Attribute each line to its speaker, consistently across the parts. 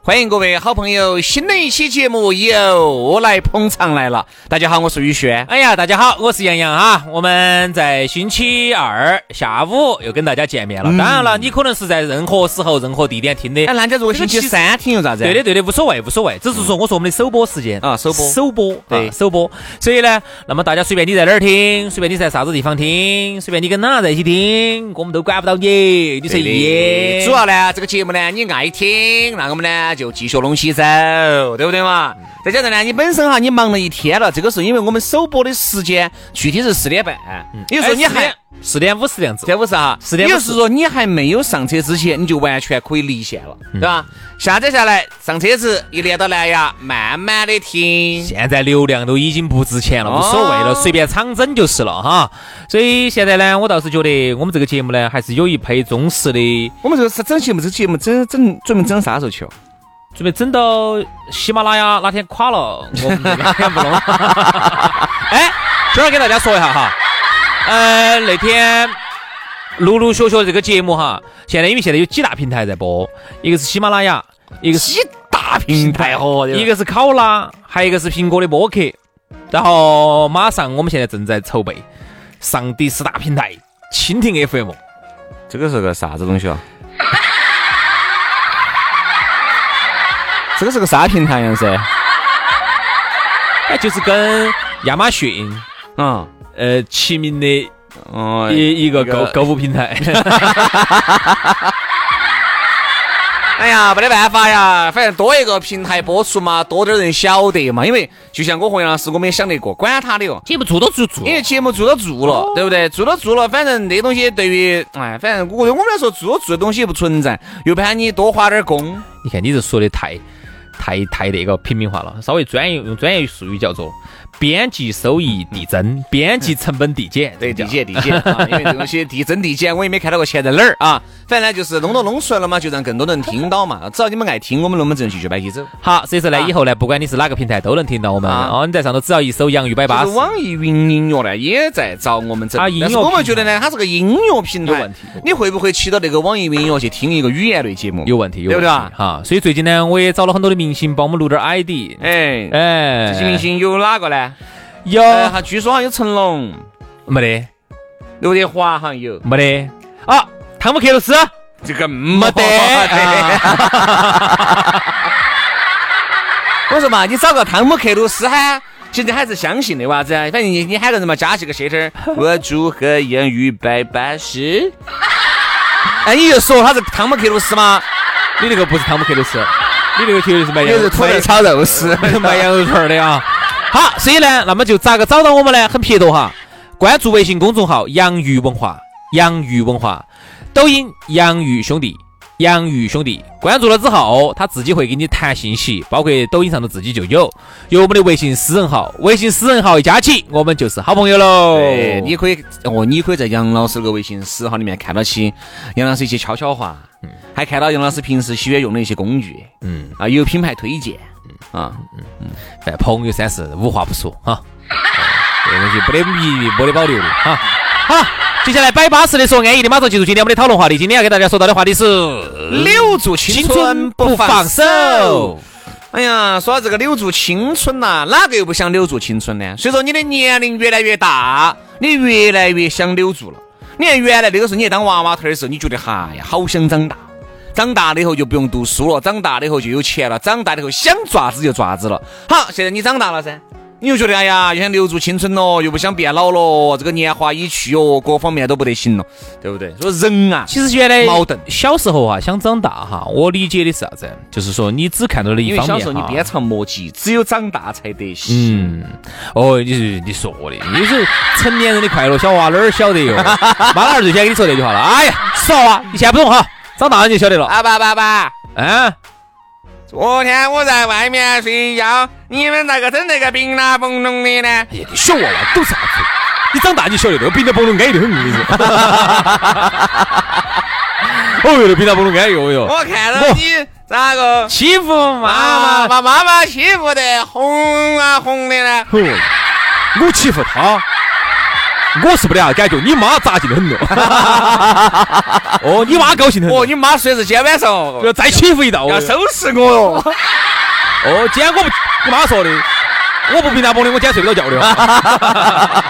Speaker 1: 欢迎各位好朋友，新的一期节目又来捧场来了。大家好，我是宇轩。
Speaker 2: 哎呀，大家好，我是杨洋啊！我们在星期二下午又跟大家见面
Speaker 3: 嗯
Speaker 2: 了。当然了，你可能是在任何时候、任何地点听的。
Speaker 1: 哎，那家如果星期三听又咋子？
Speaker 2: 对的，对的，无所谓，无所谓，只是说我说我们的首播时间
Speaker 1: 嗯啊首播
Speaker 2: 首播，
Speaker 1: 对
Speaker 2: 啊首播。所以呢，那么大家随便你在哪儿听，随便你在啥子地方听，随便你跟哪在一起听，我们都管不到你，你
Speaker 1: 对
Speaker 2: 随意。
Speaker 1: 的。哎
Speaker 2: 啊
Speaker 1: 主要呢，这个节目呢，你爱听，那我们呢就继续弄起走，对不对嘛？再加上呢，你本身哈，你忙了一天了，这个是因为我们首播的时间具体是四点半，也就是说你还。
Speaker 2: 嗯哎四点五十的样子。
Speaker 1: 这不是哈，
Speaker 2: 是的
Speaker 1: 也就
Speaker 2: 不是
Speaker 1: 是说你还没有上车之前，你就完全可以离线了，对吧？下载下来，上车子一连到蓝牙，慢慢的听。
Speaker 2: 现在流量都已经不值钱了，
Speaker 1: 哦
Speaker 2: 无所谓了，随便场整就是了哈。所以现在呢，我倒是觉得我们这个节目呢，还是有一批忠实的，
Speaker 1: 我们这个是整节目，这个节目整整准备整啥时候去哦？
Speaker 2: 准备整到喜马拉雅哪天垮了，我们这个不 弄了。哎，今儿给大家说一下哈，呃，那天。陆陆续续这个节目哈，现在因为现在有几大平台在播，一个是喜马拉雅，一个是
Speaker 1: 几大平台哦，
Speaker 2: 一
Speaker 1: 个
Speaker 2: 个是考拉，还有一个是苹果的播客。然后马上我们现在正在筹备上第四大平台蜻蜓 FM，
Speaker 1: 这个是个啥子东西啊？ 这个是个啥平台啊呀？是？
Speaker 2: 哎，就是跟亚马逊
Speaker 1: 嗯，
Speaker 2: 呃齐名的
Speaker 1: 哦
Speaker 2: 一一个
Speaker 1: 一个
Speaker 2: 购购物平 台。
Speaker 1: 哎呀，没得办法呀，反正多一个平台播出嘛，多点人晓得嘛。因为就像我和杨老师，我们也想得过，管他的哦哟。
Speaker 2: 节目做都做做
Speaker 1: 因为节目做都做了，对不对？做都做了，反正那东西对于，哎，反正我对我们来说，做都做的东西也不存在，又不喊你多花点工。
Speaker 2: 你看你这说的太太太那个平民化了，稍微专业用专业术语叫做编辑收益递增，编辑成本递减，
Speaker 1: 对，
Speaker 2: 这
Speaker 1: 递
Speaker 2: 叫
Speaker 1: 减 递减，啊因为这东西递增递减，我也没看到过钱在哪儿啊。反正呢就是弄都弄出来了嘛，就让更多人听到嘛。只要你们爱听，我们龙门阵继续摆起走。
Speaker 2: 好，所以说呢
Speaker 1: 啊，
Speaker 2: 以后呢，不管你是哪个平台，都能听到我们
Speaker 1: 啊
Speaker 2: 哦。你在上头只要一搜“洋芋摆巴
Speaker 1: 就是
Speaker 2: 士”，
Speaker 1: 网易云音乐呢也在找我们整
Speaker 2: 啊，音乐
Speaker 1: 但是我们
Speaker 2: 平台
Speaker 1: 觉得呢，它是个音乐平
Speaker 2: 有
Speaker 1: 台
Speaker 2: 问题，
Speaker 1: 你会不会起到那个网易云音乐去听一个语言类节目？
Speaker 2: 有问题，有问
Speaker 1: 对
Speaker 2: 题
Speaker 1: 不对啊？
Speaker 2: 哈，所以最近呢，我也找了很多的明星帮我们录点儿 ID，
Speaker 1: 哎，
Speaker 2: 哎，
Speaker 1: 这些明星有哪个呢？
Speaker 2: 有
Speaker 1: 呃，哈据说好像有成龙、
Speaker 2: 没得？
Speaker 1: 刘德华，好像有。
Speaker 2: 没得啊，汤姆克鲁斯
Speaker 1: 这个没得。啊 我说嘛，你找个汤姆克鲁斯哈，现在还是相信的哇子，反正你你喊个人嘛，加起个舌头儿，我祝贺杨宇百八十。 哎，你就说他是汤姆克鲁斯吗？
Speaker 2: 你那个不是汤姆克鲁斯，你那个绝对是卖
Speaker 1: 也
Speaker 2: 羊
Speaker 1: 是
Speaker 2: 肉
Speaker 1: 土
Speaker 2: 串
Speaker 1: 豆炒肉 丝。
Speaker 2: 儿 卖羊肉串儿的啊。好，所以呢，那么就咋个找到我们呢？很撇脱哈，关注微信公众号“洋芋文化”，洋芋文化，抖音“洋芋兄弟”。洋芋兄弟关注了之后，他自己会给你弹信息，包括抖音上头自己就有，有我们的微信私人号，微信私人号一加起，我们就是好朋友喽
Speaker 1: 对，。你可以哦，你可以在杨老师那个微信私号里面看到起杨老师一些悄悄话，嗯还看到杨老师平时喜欢用的一些工具，嗯，啊，有品牌推荐，啊，
Speaker 2: 哎，朋友三是无话不说哈，哎这个东西没得秘密，没得保留的哈。好，接下来摆巴适的说安逸的，马上进入今天我们的讨论话题。今天要给大家说到的话题是
Speaker 1: 留住呃青春不放手。。哎呀，说到这个留住青春呐、哪个又不想留住青春呢？随着你的年龄越来越大，你越来越想留住了。你看原来那个时候，你还当娃娃头儿的时候，你觉得哈呀，好想长大。长大了以后就不用读书了，长大了以后就有钱了，长大了以后想爪子就爪子了。好，现在你长大了噻，你就觉得哎呀，又想留住青春咯，又不想变老咯，这个年华已去哦，各方面都不得行了，对不对？所以人啊，
Speaker 2: 其实原来
Speaker 1: 矛盾
Speaker 2: 小时候啊，想长大哈，我理解的是啥子？就是说你只看到了一
Speaker 1: 因为
Speaker 2: 方面
Speaker 1: 小时候你
Speaker 2: 哈
Speaker 1: 鞭长莫及，只有长大才得行。
Speaker 2: 嗯，哦，你是你说的，你是成年人的快乐，小娃哪儿晓得哟？妈老汉儿最先跟你说这句话了。哎呀，是啊，你现在不懂哈，长大了你就晓得了。
Speaker 1: 啊爸爸爸，
Speaker 2: 啊，
Speaker 1: 昨天我在外面睡觉，你们咋个整那个冰啦嘣咚的呢？
Speaker 2: 哎呀，你小娃娃懂啥子？你长大你晓得了，冰到崩龙安逸得很，我跟你说。 哦哟，冰到崩龙安逸哦哟，
Speaker 1: 我看到你咋个
Speaker 2: 欺负妈
Speaker 1: 妈妈
Speaker 2: 妈。
Speaker 1: 把妈妈欺负得红啊红的呢？
Speaker 2: 哼，哦我欺负他，我是不得啥感觉，你妈扎劲得很哦。哦， 你妈高兴得很
Speaker 1: 哦，
Speaker 2: 哦。
Speaker 1: 你妈说的是今天晚上哦
Speaker 2: 要再欺负一道哦哟，
Speaker 1: 要收拾我哟。
Speaker 2: 哦，今天我不，我妈说的，我不平常崩的，我今天睡不着觉的哦。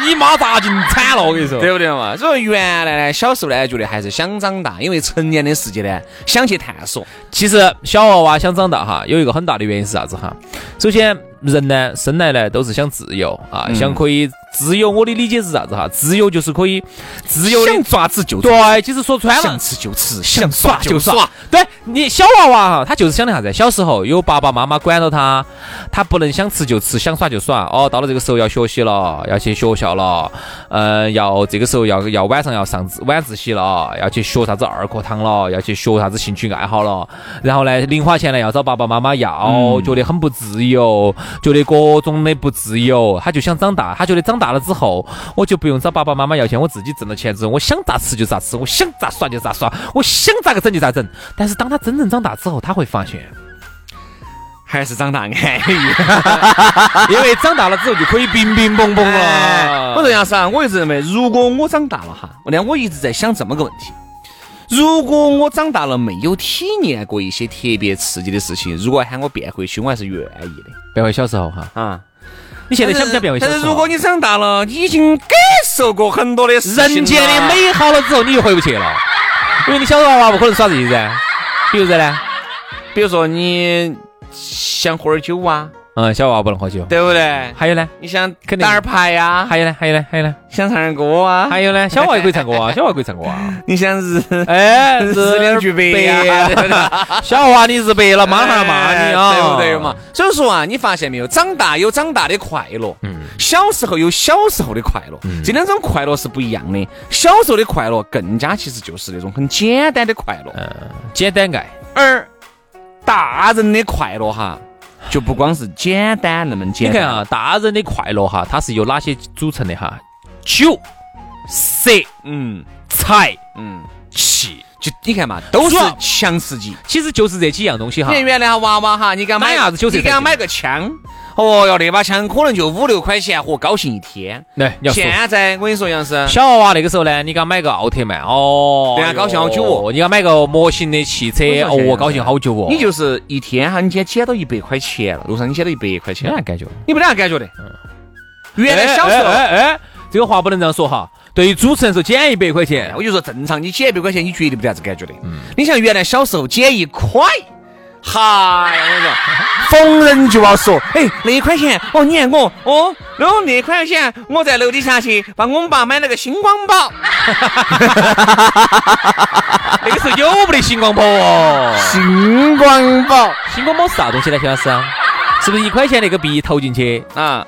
Speaker 2: 你妈咋劲惨了，我跟你说。
Speaker 1: 对不对嘛？所以原来呢，小时候呢，觉得还是想长大，因为成年的世界呢，想去探索。
Speaker 2: 其实小娃娃想长大哈，有一个很大的原因是啥子哈？首先，人呢生来呢都是想自由啊，
Speaker 1: 嗯
Speaker 2: 想可以自由。我的理解是啥子哈？自由就是可以自由的。
Speaker 1: 想抓子就抓，
Speaker 2: 对，其实说穿了
Speaker 1: 想，吃就吃，
Speaker 2: 想
Speaker 1: 想
Speaker 2: 耍
Speaker 1: 耍
Speaker 2: 就
Speaker 1: 就
Speaker 2: 耍
Speaker 1: 耍。。
Speaker 2: 对你小娃娃哈，他就是想的啥子？小时候有爸爸妈妈管着他，他不能想吃就吃，想耍就耍。哦，到了这个时候要学习了，要去学校了，嗯，要这个时候要要晚上要上自晚自习了，要去学啥子二课堂了，要去学啥子兴趣爱好了。然后呢，零花钱呢要找爸爸妈妈要，觉得很不自由，觉得各种的不自由。他就想长大，他觉得长大了之后，我就不用找爸爸妈妈要钱，我自己挣了钱之后，我想咋吃就咋吃，我想咋耍就咋耍，我想咋个整就咋整。但是当他真正长大之后，他会发现，
Speaker 1: 还是长大安逸。
Speaker 2: 因为长大了之后就可以冰冰蹦蹦
Speaker 1: 哎
Speaker 2: 了。
Speaker 1: 我这样想，我一直认为，如果我长大了哈，我呢，我一直在想这么个问题：如果我长大了没有体验过一些特别刺激的事情，如果喊我变回去，我还是愿意的
Speaker 2: 变回小时候哈，
Speaker 1: 啊。
Speaker 2: 你现在想不想变回小时
Speaker 1: 但
Speaker 2: 候？
Speaker 1: 是如果你长大了，已经感受过很多的事情了
Speaker 2: 人间的。美好了之后，你就回不去了，因为你小时候娃娃不可能耍这些噻。比如说呢，
Speaker 1: 比如说你想喝点酒啊，
Speaker 2: 嗯，小娃娃不能喝酒。
Speaker 1: 对不对？
Speaker 2: 还有呢？
Speaker 1: 你想
Speaker 2: 肯定
Speaker 1: 打点牌呀、
Speaker 2: 还有呢？还有呢？还有呢？
Speaker 1: 想唱点歌啊，
Speaker 2: 还有呢？小娃也可以唱歌 啊，小娃也可以唱歌啊。
Speaker 1: 你想日
Speaker 2: 哎，
Speaker 1: 日两句白
Speaker 2: 啊
Speaker 1: 呀，对不对
Speaker 2: 小娃你日白了，妈还要骂你啊，
Speaker 1: 哎对不对嘛？？所以说啊，你发现没有，长大有长大的快乐，
Speaker 2: 嗯
Speaker 1: 小时候有小时候的快乐，这两种快乐是不一样的。小时候的快乐更加其实就是那种很简单的快乐，
Speaker 2: 嗯简单爱，
Speaker 1: 而大人的快乐哈，就不光是简单那么
Speaker 2: 你
Speaker 1: 简
Speaker 2: 看
Speaker 1: 单。
Speaker 2: 啊，大人的快乐哈，它是由哪些组成的哈？酒、色、
Speaker 1: 嗯
Speaker 2: 财、
Speaker 1: 嗯，
Speaker 2: 气，
Speaker 1: 就你看嘛，都是
Speaker 2: 主要
Speaker 1: 强刺激。
Speaker 2: 其实就是这几样东西哈
Speaker 1: 你。看原来哈娃娃哈，你给他买
Speaker 2: 买啊啥子酒
Speaker 1: 你
Speaker 2: 菜
Speaker 1: 给他买个枪，哦哟，那把枪可能就五六块钱，嚯，高兴一天。
Speaker 2: 来，你要说。
Speaker 1: 现在我跟你说，杨师，
Speaker 2: 小娃娃那个时候呢，你给他买个奥特曼哦，
Speaker 1: 对啊高兴好久哦
Speaker 2: 你给他买个模型的汽车
Speaker 1: 我说现在
Speaker 2: 哦，高兴好久哦。
Speaker 1: 你就是一天哈，你今天捡到一百块钱了，路上你捡到一百块钱
Speaker 2: 天，然感觉。
Speaker 1: 你没得啥感觉的。原来小
Speaker 2: 嗯
Speaker 1: 时
Speaker 2: 哎
Speaker 1: 候，
Speaker 2: 哎哎哎，这个话不能这样说哈。对于主持人说减一百块钱，
Speaker 1: 我就说正常，你捡一百块钱，你绝对没得啥子感觉的。
Speaker 2: 嗯
Speaker 1: 你像原来小时候捡一块。嗨，我跟你说，逢人就要说，哎，那一块钱，哦，你看我，哦，哦，那一块钱，我在楼底下去帮我们爸买了个星光宝，
Speaker 2: 那个时候有没得星光宝 哦？
Speaker 1: 星光宝
Speaker 2: 星光宝是啥东西呢，徐老师？是不是一块钱那个币投进去
Speaker 1: 啊，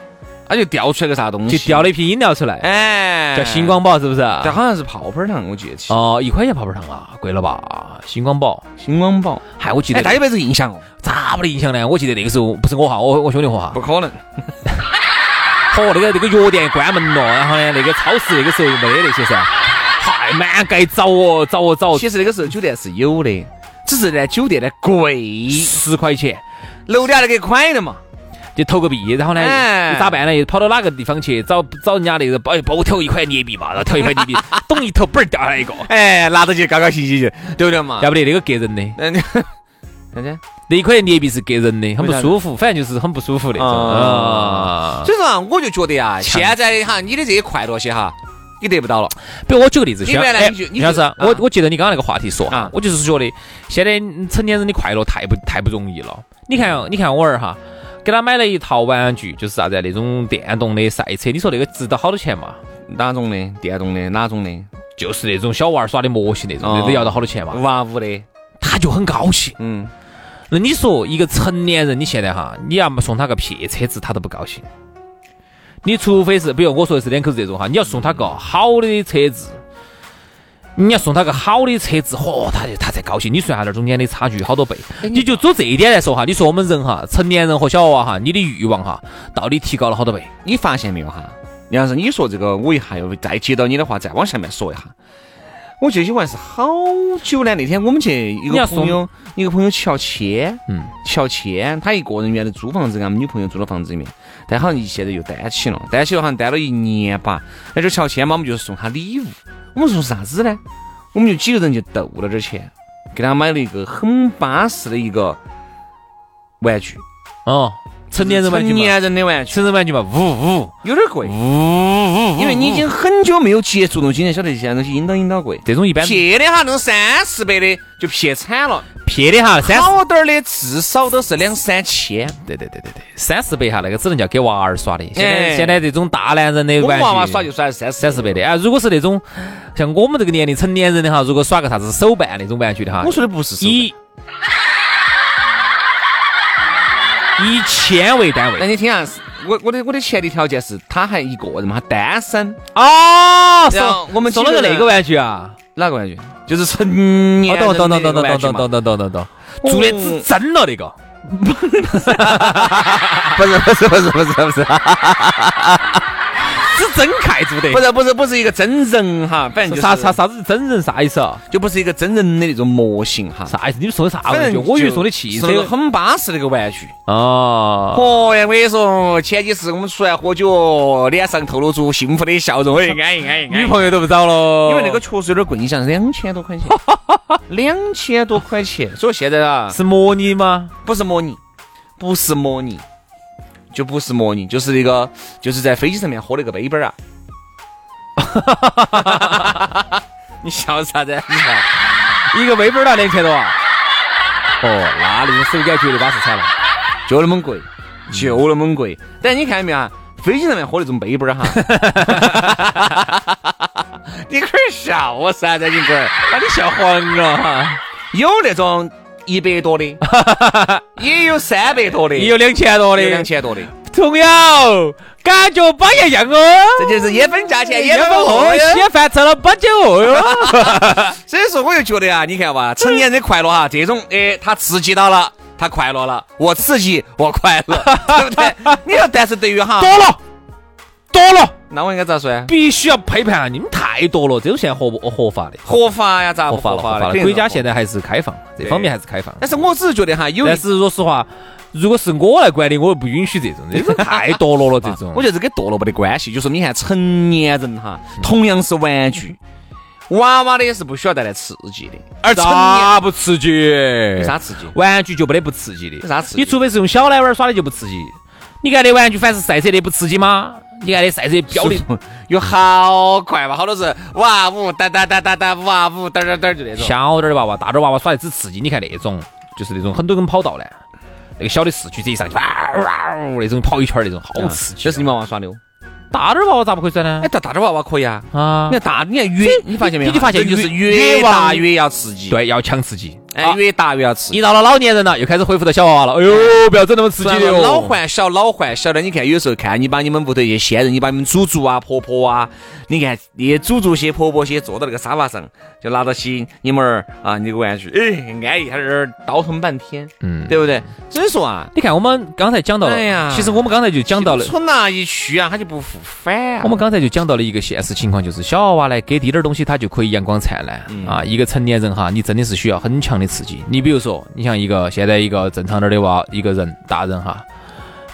Speaker 1: 它就掉出来个啥东西，
Speaker 2: 就掉了一瓶饮料出来，
Speaker 1: 哎，
Speaker 2: 叫星，光宝是不是？
Speaker 1: 这好像是泡泡糖，我记得起，
Speaker 2: 哦，一块钱泡泡糖啊，贵了吧？星光宝，
Speaker 1: 星光宝，
Speaker 2: 嗨，我记
Speaker 1: 哎，
Speaker 2: 得
Speaker 1: 大家有没有这个印象哦？
Speaker 2: 咋没得印象呢？我记得那个时候不是我哈，我我兄弟伙哈，
Speaker 1: 可能，
Speaker 2: 哦，那个那个药店关门了，然后呢，那个超市那个时候又没得那些噻，嗨，满街找哦找哦找哦，
Speaker 1: 其实那个时候酒店是有的，只是呢酒店呢贵，
Speaker 2: 十块钱
Speaker 1: 楼底下那个快的嘛，
Speaker 2: 就投个币，然后呢，
Speaker 1: 哎
Speaker 2: 又咋办呢？又跑到哪个地方去找找人家那个帮帮我投一块捏币嘛，然后投一块捏币，咚一投，嘣儿掉下来一个，
Speaker 1: 哎，拿到起高高兴兴去，对不对嘛？
Speaker 2: 要不得那个膈人的，
Speaker 1: 嗯，大家，
Speaker 2: 那一块捏币是膈人的，很不
Speaker 1: 为啥子
Speaker 2: 舒服，反正就是很不舒服那种
Speaker 1: 啊
Speaker 2: 啊。
Speaker 1: 所以说啊，我就觉得啊，
Speaker 2: 强
Speaker 1: 现在哈，你的这些快乐些哈，你得不到了，
Speaker 2: 比如我举个例子，
Speaker 1: 你
Speaker 2: 徐老
Speaker 1: 原来
Speaker 2: 哎
Speaker 1: 你就你
Speaker 2: 徐老师啊，
Speaker 1: 就
Speaker 2: 我
Speaker 1: 啊
Speaker 2: 我接着你刚刚那个话题说哈
Speaker 1: 啊，
Speaker 2: 我就是觉得现在成年人的快乐太不太不容易了。你看哦，你看我儿哈，给他买了一套玩具，就是啥子啊那种电动的赛车，你说那个值到好多钱嘛？
Speaker 1: 哪种的？电动的？哪种的？
Speaker 2: 就是那种小娃儿耍的模型那种，
Speaker 1: 哦
Speaker 2: 那都要到好多钱嘛？
Speaker 1: 娃五的？
Speaker 2: 他就很高兴。
Speaker 1: 嗯，
Speaker 2: 那你说一个成年人，你现在哈，你要么送他个撇车子，他都不高兴。你除非是，比如我说的是两口子这种哈，你要送他个好的车子，你要送他个好的车子，嚯、他就他才高兴。你算下那中间的差距好多倍，
Speaker 1: 哎
Speaker 2: 你就走这一点来说哈，你说我们人哈，成年人和小娃哈，你的欲望哈，到底提高了好多倍？
Speaker 1: 你发现没有哈？要是你说这个，我一下又再接到你的话，再往下面说一下。我最喜欢是好久呢，那天我们去一
Speaker 2: 你要
Speaker 1: 个朋友，一个朋友乔迁，
Speaker 2: 嗯，
Speaker 1: 乔迁，他一个人原来租房子，俺们女朋友租的房子里面，但好像现在又单起了，单起了好像单了一年吧。那就乔迁嘛，我们就送他礼物，我们送啥子呢？我们就几个人就斗了点钱，给他买了一个很巴适的一个玩具，
Speaker 2: 哦，成年人玩具
Speaker 1: 成
Speaker 2: 嘛，
Speaker 1: 年人的玩具，
Speaker 2: 成人玩具嘛，呜呜
Speaker 1: 有点贵。
Speaker 2: 呜呜，
Speaker 1: 因为你已经很久没有接触东西，你晓得这些东西应当应当贵。
Speaker 2: 这种一般
Speaker 1: 撇的哈，那种三四百的就撇惨了，
Speaker 2: 撇的哈，三
Speaker 1: 好点儿的至少都是两三千。
Speaker 2: 对对对对对，三四百哈，那个只能叫给娃儿耍的。现在、
Speaker 1: 哎
Speaker 2: 现在这种大男人的
Speaker 1: 我
Speaker 2: 玩
Speaker 1: 们
Speaker 2: 具，
Speaker 1: 娃娃耍就耍三
Speaker 2: 三
Speaker 1: 三
Speaker 2: 四百的啊。如果是那种像我们这个年龄成年人的哈，如果耍个啥子手办那种玩具的哈，
Speaker 1: 我说的不是手办
Speaker 2: 以以千为单
Speaker 1: 那
Speaker 2: 位
Speaker 1: 你听啊，我我的我的前提条件是他还一个人嘛，他单身。
Speaker 2: 哦，
Speaker 1: 然后
Speaker 2: 送
Speaker 1: 我们
Speaker 2: 送了
Speaker 1: 几
Speaker 2: 个
Speaker 1: 个人
Speaker 2: 那个玩具啊，
Speaker 1: 哪个玩具？就是成年
Speaker 2: 哦，
Speaker 1: 人
Speaker 2: 懂
Speaker 1: 的
Speaker 2: 懂懂懂懂
Speaker 1: 那个玩具
Speaker 2: 懂
Speaker 1: 嘛
Speaker 2: 懂懂懂懂懂，做的只真了那 个。
Speaker 1: 不是不是不是不是 不是
Speaker 2: 只真看做的，
Speaker 1: 不是不是不是一个真人哈，反正就是
Speaker 2: 啥啥啥子真人啥意思啊？
Speaker 1: 就不是一个真人的那种模型哈。
Speaker 2: 啥意思？你们说的啥
Speaker 1: 反
Speaker 2: 玩
Speaker 1: 正
Speaker 2: 具？
Speaker 1: 就
Speaker 2: 我以为说的汽
Speaker 1: 是那个
Speaker 2: 车
Speaker 1: 很巴适的一个玩具。
Speaker 2: 哦。
Speaker 1: 哦呀，我跟你说，前几次我们出来喝酒，脸上透露出幸福的笑容，哎，安逸安逸。
Speaker 2: 女朋友都不找了，
Speaker 1: 因为那个确实有点贵，你想两千多块钱，两千多块钱，所以现在啊，
Speaker 2: 是模拟吗？
Speaker 1: 不是模拟，不是模拟，就不是模拟，就是一个就是在飞机上面喝那个杯杯儿啊。 你笑啥子？你看，
Speaker 2: 一个微本儿拿两千多啊？哦，那那种手感绝对巴适惨了。
Speaker 1: 就那么贵，就那么贵。但你看见没有啊？飞机上面喝那种杯杯儿哈， 你可儿笑我噻，啊在你啊龟儿。
Speaker 2: 把你笑黄了哈！
Speaker 1: 有那种一百多 的，也有三百多的，
Speaker 2: 也有两千多的，
Speaker 1: 两千多的，
Speaker 2: 同友，感觉不一样哦。
Speaker 1: 这就是也分价哎钱，也分
Speaker 2: 要不
Speaker 1: 货
Speaker 2: 我
Speaker 1: 哟。
Speaker 2: 稀饭吃了八九哦哟。
Speaker 1: 所以说，我就觉得啊，你看吧，成年人快乐哈，这种哎，他刺激到了，他快乐了，我刺激，我快 乐，对不对？你说，但是对于 哈，
Speaker 2: 多了，多了，
Speaker 1: 那我应该咋算？
Speaker 2: 必须要批判啊！你们太多了，这种现在合不合法的？
Speaker 1: 合法呀，咋不
Speaker 2: 合法了，
Speaker 1: 合
Speaker 2: 合
Speaker 1: 法
Speaker 2: 法
Speaker 1: 了？
Speaker 2: 了。国家现
Speaker 1: 在，
Speaker 2: 在还是开放，这方面还是开放。
Speaker 1: 但是我只是觉得哈，有一
Speaker 2: 但是说实话，如果是我来管理，我又不允许这种，这种太堕落了，这种。
Speaker 1: 啊 我觉得这跟堕落没得关系，就说你看成年人哈，
Speaker 2: 嗯
Speaker 1: 同样是玩具，娃娃的也是不需要带来刺激的，而成年
Speaker 2: 啥不刺激？
Speaker 1: 有啥刺激？
Speaker 2: 玩具就没得不刺激的，
Speaker 1: 有啥刺激
Speaker 2: 你除非是用小奶娃儿耍的就不刺激。你看那玩具，凡是赛车的不刺激吗？你看那赛车飙的，
Speaker 1: 有好快嘛，好多是哇呜哒哒哒哒哒哇呜哒哒哒就那种。
Speaker 2: 小点儿的娃娃、大点儿娃娃耍的只刺激。你看那种，就是那种很多根跑道呢，那个小的四驱车一上去，哇哇呜那种跑一圈儿那种，好刺激
Speaker 1: 这。是你娃娃耍的哦。
Speaker 2: 大点儿娃娃咋不可以耍呢
Speaker 1: 嗯哎，？大大的娃娃可以啊。
Speaker 2: 啊
Speaker 1: 你看，大，你看越你发现没有？
Speaker 2: 你就发现
Speaker 1: 人就是
Speaker 2: 越
Speaker 1: 越大越要刺激，，
Speaker 2: 对，要强刺激。
Speaker 1: 哎，
Speaker 2: 啊，
Speaker 1: 越大越要刺激。
Speaker 2: 一到了老年人了，又开始恢复到小娃娃了。哎呦，不要整那么刺激的哟。
Speaker 1: 老还小，老还小的，你看有时候看你把你们屋头一些先人，你把你们祖祖啊、婆婆啊，你看那些祖祖些、婆婆些坐到那个沙发上，就拿到起你们儿啊，你个玩具，哎，安逸，他在那儿倒腾半天，
Speaker 2: 嗯
Speaker 1: 对不对？所以说啊，
Speaker 2: 你看，我们刚才讲到了，
Speaker 1: 哎呀
Speaker 2: 其实我们刚才就讲到了，
Speaker 1: 村呐一去啊，他就不复返啊。
Speaker 2: 我们刚才就讲到了一个现实情况，就是小娃娃呢给滴点儿东西，他就可以阳光灿烂、
Speaker 1: 嗯
Speaker 2: 啊。一个成年人哈，你真的是需要很强的刺激。你比如说，你像一个现在一个正常点儿的娃，一个人大人哈，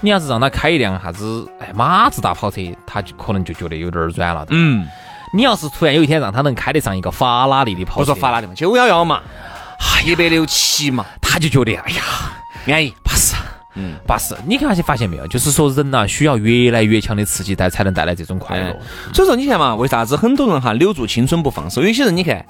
Speaker 2: 你要是让他开一辆啥子哎马自达跑车，他就可能就觉得有点儿软了。
Speaker 1: 嗯，
Speaker 2: 你要是突然有一天让他能开得上一个法拉利的跑
Speaker 1: 不
Speaker 2: 车，
Speaker 1: 说发哪地方，九幺幺嘛，啊一百六七嘛，
Speaker 2: 他就觉得哎呀
Speaker 1: 安逸。
Speaker 2: 巴适。
Speaker 1: 嗯，
Speaker 2: 巴适，你看发现没有？就是说人呐、需要越来越强的刺激，带才能带来这种快乐
Speaker 1: 哎。所以说你看嘛，为啥子很多人哈留住青春不放手？有些人你看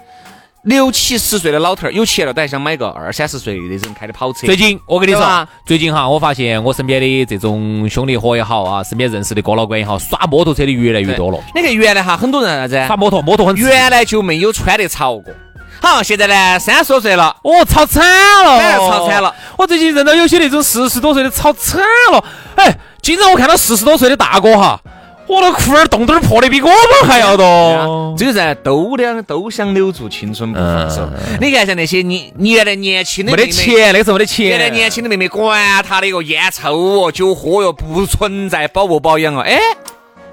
Speaker 1: 六七十岁的老头儿有钱了，都还想买个二三十岁的人开的跑车。
Speaker 2: 最近我跟你
Speaker 1: 对
Speaker 2: 说
Speaker 1: 吧，
Speaker 2: 最近哈，我发现我身边的这种兄弟伙也好啊，身边认识的哥老倌也好，耍摩托车的越来越
Speaker 1: 对
Speaker 2: 多了。
Speaker 1: 你看原来哈，很多人啥子？
Speaker 2: 耍摩托，摩托很刺激
Speaker 1: 原来就没有穿得潮过。好，现在呢，三十多岁了，
Speaker 2: 哦，吵惨了，
Speaker 1: 当然吵哎惨了。
Speaker 2: 我最近认到有些那种四十多岁的吵惨了，哎，经常我看到四十多岁的大哥哈，我的裤儿洞洞儿破的比我们还要
Speaker 1: 啊
Speaker 2: 多。
Speaker 1: 这个人都两都想留住青春不放手。你看像那些你你原来年轻的
Speaker 2: 嗯没得
Speaker 1: 妹妹
Speaker 2: 钱，那个时候没得钱。
Speaker 1: 原来年轻的妹妹，管啊她的哟，烟抽哦，酒喝哟，不存在保不保养哦。哎，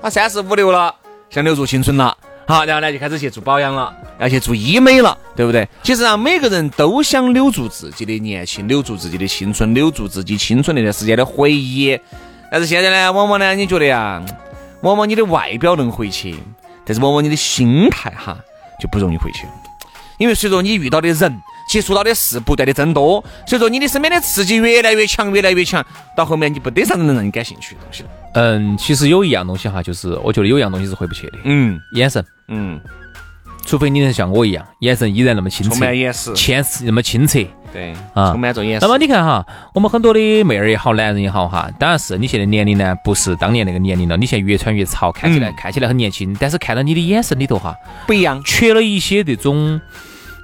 Speaker 1: 她三十五六了，想留住青春了，好，然后呢就开始去做保养了，要去做医美了，对不对？其实啊，每个人都想留住自己的年轻，留住自己的青春，留住自己青春那段时间的回忆。但是现在呢，往往呢，你觉得呀，往往你的外表能回去，但是往往你的心态哈就不容易回去了。因为随着你遇到的人、接触到的事不断的增多，随着你的身边的刺激越来越强、越来越强，到后面你不得啥子能让你感兴趣的东西了。
Speaker 2: 嗯，其实有一样东西哈，就是我觉得有一样东西是回不去的，
Speaker 1: 嗯
Speaker 2: 眼神。
Speaker 1: 嗯，
Speaker 2: 除非你能像我一样，眼神依然那么清
Speaker 1: 充
Speaker 2: 澈
Speaker 1: 满，眼识，
Speaker 2: 前世那么清澈。
Speaker 1: 对
Speaker 2: 啊
Speaker 1: 充满着眼识。
Speaker 2: 那么你看哈，我们很多的妹儿也好，男人也好哈，当然是你现在年龄呢，不是当年那个年龄了，你现在越穿越潮，看起来、
Speaker 1: 嗯
Speaker 2: 看起来很年轻，但是看到你的眼神里头哈，
Speaker 1: 不一样，
Speaker 2: 缺了一些这种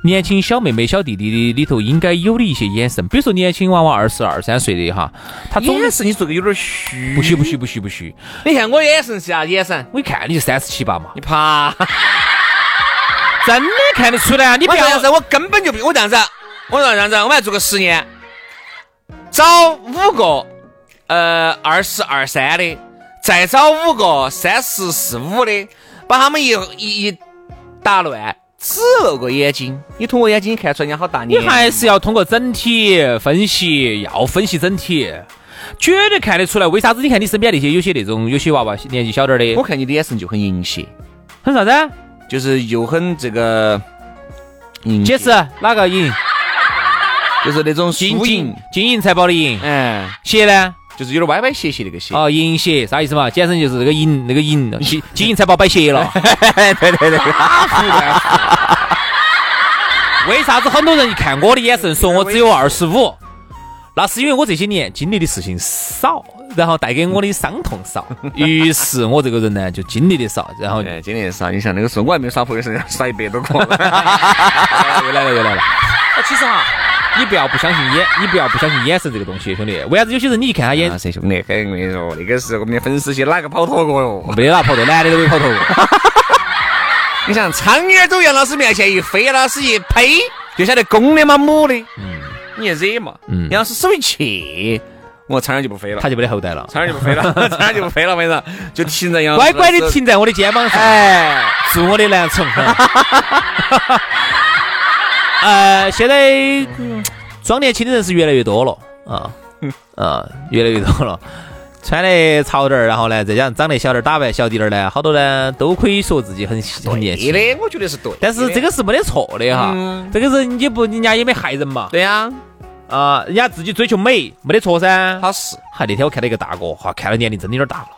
Speaker 2: 年轻小妹妹、小弟弟的里头应该有的一些眼神，比如说年轻娃娃二十二三岁的哈，他总
Speaker 1: 眼神你说个有点虚。
Speaker 2: 不许不许不许不许，
Speaker 1: 你看我眼神是啥眼神？
Speaker 2: 我一看你就三十七八嘛，
Speaker 1: 你怕？
Speaker 2: 真的看得出来啊！你
Speaker 1: 你
Speaker 2: 不
Speaker 1: 不要这
Speaker 2: 要
Speaker 1: 样子，我根本就不，我这样子，啊我这样子，我们来做个实验，找五个呃二十二三的，再找五个三十四五的，把他们一一一打乱，只露个眼睛，你通过眼睛看出来人家好大
Speaker 2: 你
Speaker 1: 年纪。
Speaker 2: 还是要通过整体分析，要分析整体，绝对看得出来。为啥子？你看你身边那些有些那种有些娃娃年纪小点儿
Speaker 1: 我
Speaker 2: 的，
Speaker 1: 看你的眼神就很淫邪，
Speaker 2: 很啥子？
Speaker 1: 就是又很这个淫邪
Speaker 2: 解释哪个赢？
Speaker 1: 就是那种
Speaker 2: 金
Speaker 1: 输
Speaker 2: 银
Speaker 1: 赢，
Speaker 2: 金银财宝的银，
Speaker 1: 嗯，
Speaker 2: 邪呢？
Speaker 1: 就是有点歪歪斜斜那个斜。
Speaker 2: 哦，银邪啥意思嘛？简称就是那个银那个 银，金金银财宝摆斜了。
Speaker 1: 对对对，
Speaker 2: 为啥子很多人一看我的眼神说我 只有二十五？那是因为我这些年经历的事情少，然后带给我的伤痛 少，于是我这个人呢就经历的少，然后
Speaker 1: 哎，今年少，你想那个时候我还没有耍朋友，身上耍一百多个。
Speaker 2: 又来了又来了。啊，其实哈，你不要不相信眼，你不要不相信眼神这个东西，兄弟。为啥子有些人你一看他眼
Speaker 1: 啊，，谁兄弟，跟我跟你说，那个时候我们的粉丝些哪个跑脱过哟？
Speaker 2: 没得那跑头，男的都没跑头过。
Speaker 1: 你想，苍蝇儿走杨老师面前一飞，杨老师一呸，就晓得公的嘛母的，你也惹嘛。
Speaker 2: 嗯
Speaker 1: 杨老师手一去，我苍蝇就不飞 了
Speaker 2: 他，就没得后代了，
Speaker 1: 苍蝇就不飞 了，苍蝇就不飞了，我跟你说，就停在杨老
Speaker 2: 乖
Speaker 1: 师
Speaker 2: 乖的
Speaker 1: 手
Speaker 2: 停在我的肩膀上， 哎，做我的男宠。 呃，现在嗯装年轻的人是越来越多了啊啊，越来越多了。穿得潮点儿，然后呢，再加上长得小点儿，打扮小滴点儿呢，好多呢都可以说自己很很年轻。
Speaker 1: 对的，我觉得是对的。
Speaker 2: 但是这个是没得错的哈，
Speaker 1: 嗯
Speaker 2: 这个人也不，人家也没害人嘛，
Speaker 1: 对呀，
Speaker 2: 啊、人家自己追求美，没得错噻。
Speaker 1: 他是
Speaker 2: 嗨，那天我看到一个大哥，哈，看了年龄真的有点大了，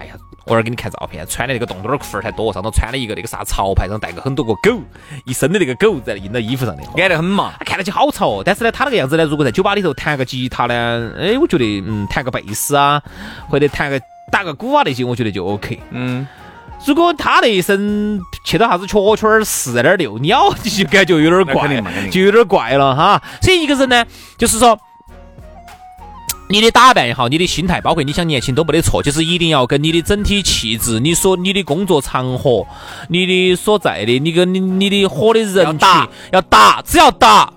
Speaker 2: 哎呀，我儿给你看照片，穿的那个洞洞儿裤儿才多，上头穿了一个那个啥潮牌，上头带个很多个狗，一身的那个狗在印到衣服上的，
Speaker 1: 矮得很嘛。
Speaker 2: 他看上去好潮哦，但是呢，他那个样子呢，如果在酒吧里头弹个吉他呢，哎，我觉得嗯，弹个贝斯啊，或者弹个打个鼓啊那些，我觉得就 OK。
Speaker 1: 嗯，
Speaker 2: 如果他那一身去到啥子雀雀儿四点六鸟，你就感觉有点
Speaker 1: 那肯
Speaker 2: 怪
Speaker 1: 定嘛肯定，
Speaker 2: 就有点怪了哈。所以一个人呢，就是说。你的打扮也好，你的心态，包括你想年轻都没得错，就是一定要跟你的整体气质、你所你的工作场合、你的所在的、你跟你你的火的人
Speaker 1: 要
Speaker 2: 群
Speaker 1: 搭
Speaker 2: 要打，嗯只要打，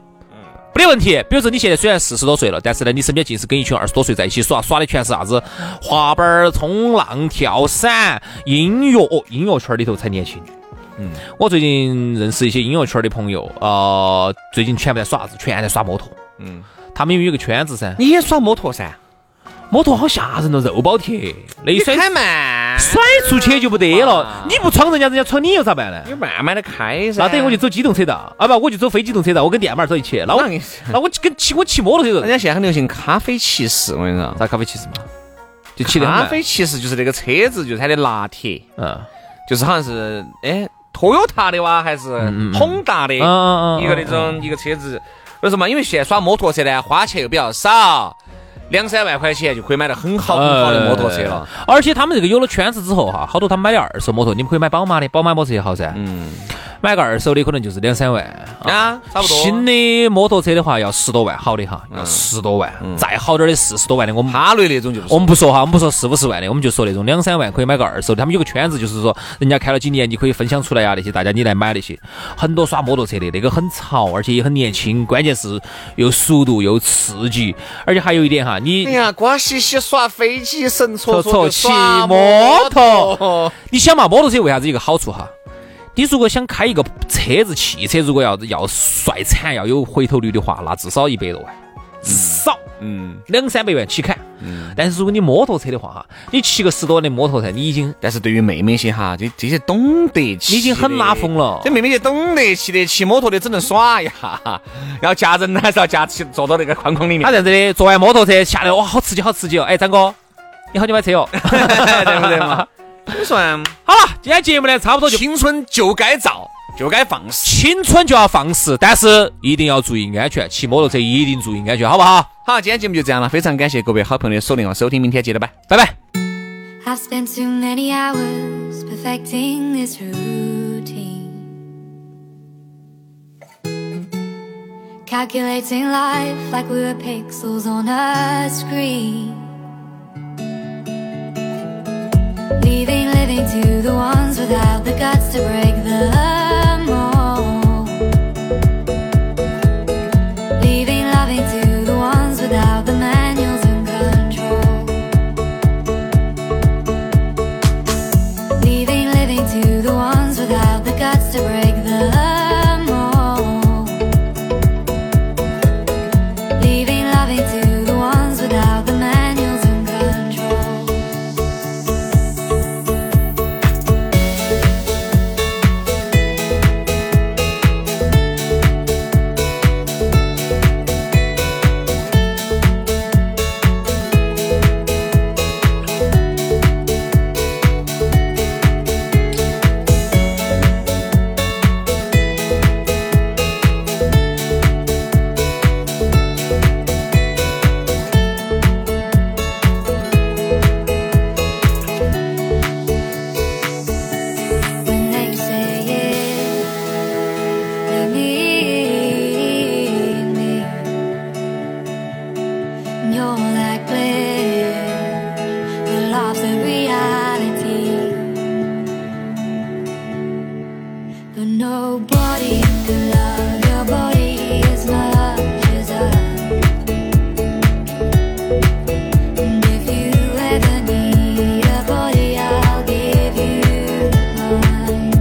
Speaker 2: 没得问题。比如说你现在虽然四十多岁了，但是呢，你身边尽是跟一群二十多岁在一起耍，耍的全是啥子滑板儿、冲浪、跳伞、音乐，哦，音乐圈里头才年轻。嗯，我最近认识一些音乐圈的朋友，呃，最近全部在耍啥子？全在耍摩托。
Speaker 1: 嗯
Speaker 2: 嗯，他们因为有一个圈子噻，
Speaker 1: 你也耍摩托噻？
Speaker 2: 摩托好吓人哦，肉包铁，那一
Speaker 1: 你
Speaker 2: 甩
Speaker 1: 开慢，
Speaker 2: 甩出去就不得了
Speaker 1: 哇。
Speaker 2: 你不闯人家，人家闯你又咋办呢？
Speaker 1: 你慢慢的开噻。
Speaker 2: 那等于我就走机动车道，啊不，我就走非机动车道，我跟电马儿走一起。那我
Speaker 1: 那你
Speaker 2: 那我跟骑我骑摩托车走
Speaker 1: 人，家现在很流行咖啡骑士，我跟你说。
Speaker 2: 咋咖啡骑士嘛？就骑得很
Speaker 1: 咖
Speaker 2: 慢。
Speaker 1: 啡其实就是那个车子，就是它的拿铁，
Speaker 2: 嗯，
Speaker 1: 就是好像是哎 Toyota 的哇，还是 Honda 的，
Speaker 2: 嗯嗯嗯
Speaker 1: 一个那种一个车子。为什么？因为现在耍摩托车呢，花钱又比较少，两三万块钱就可以买到很好很
Speaker 2: 哎
Speaker 1: 好哦的摩托车了。
Speaker 2: 呃。而且他们这个有了圈子之后哈，好多他们买的二手摩托，你们可以买宝马的，宝马摩托车也好噻。嗯，买个二手的可能就是两三万
Speaker 1: 啊差不多嗯
Speaker 2: 新的摩托车的话要十多万，好的哈，要十多万，再好点的四十多万的，我们
Speaker 1: 哈雷那种就不
Speaker 2: 我
Speaker 1: 是。
Speaker 2: 们不说哈，我们不说四五十万的，我们就说那种两三万可以买个二手的。他们有个圈子，就是说人家开了几年，你可以分享出来呀、那些大家你来买那些。很多耍摩托车的，那个很潮，而且也很年轻，关键是又速度又刺激，而且还有一点哈，你
Speaker 1: 哎呀，瓜兮兮耍飞机，神
Speaker 2: 搓搓
Speaker 1: 戳戳
Speaker 2: 骑
Speaker 1: 就耍
Speaker 2: 摩
Speaker 1: 摩
Speaker 2: 托。你想嘛，摩托车为啥子一个好处哈？你如果想开一个车子，汽车如果要要帅惨，要有回头率的话，那至少一百多万，至少
Speaker 1: 嗯，
Speaker 2: 两三百万起砍。但是如果你摩托车的话哈，你骑个十多年的摩托车，你已经
Speaker 1: 但是对于妹妹些哈，这这些懂得骑的，
Speaker 2: 你已经很拉风了
Speaker 1: 这妹妹些懂得骑的，骑摩托的只能耍一 下，要夹人还是要夹起坐到那个框框里面
Speaker 2: 他。这样子的，坐完摩托车下来，哇，好刺激，好刺激哦！哎，张哥，你好久买 车哟？ 哦
Speaker 1: 对不对嘛？你说啊
Speaker 2: 好了，今天节目呢，差不多就
Speaker 1: 青春就该造，就该放肆。
Speaker 2: 青春就要放肆，但是一定要注意安全，骑摩托车一定注意安全，好不好？
Speaker 1: 好，今天节目就这样了，非常感谢各位好朋友的锁定和收听，明天接着拜。
Speaker 2: 拜拜。
Speaker 4: I've spent too many hours perfecting this routine. Calculating life like we were pixels on a screen. Leaving living to the ones without the guts to break the mold. Leaving loving to the ones without the manuals and control. Leaving living to the ones without the guts to break the mold. Leaving loving to the ones without the manuals and control. When they say it, they mean me. And you're like bliss, your love's a reality. But nobody can love your body as much as I. And if you ever need a body, I'll give you mine.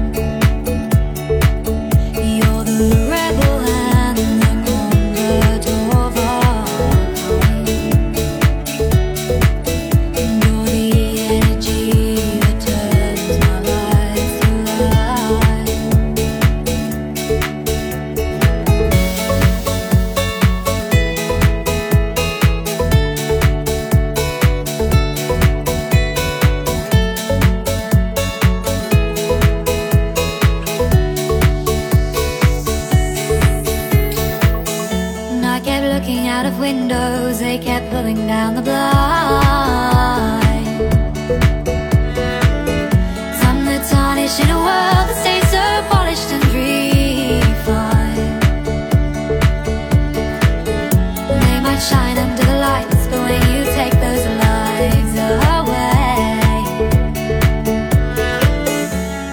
Speaker 4: You're the rebel and the conqueror of our time. And you're the energy that turns my life to life. And I kept looking out of windows, they kept pulling down the blinds. Some that tarnish in a world that stays so polished and refined. They might shine under the lights, but when you take those lights away,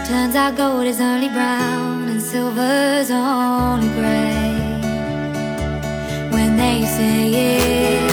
Speaker 4: turns out gold is only brown and silver's only grey when they say it.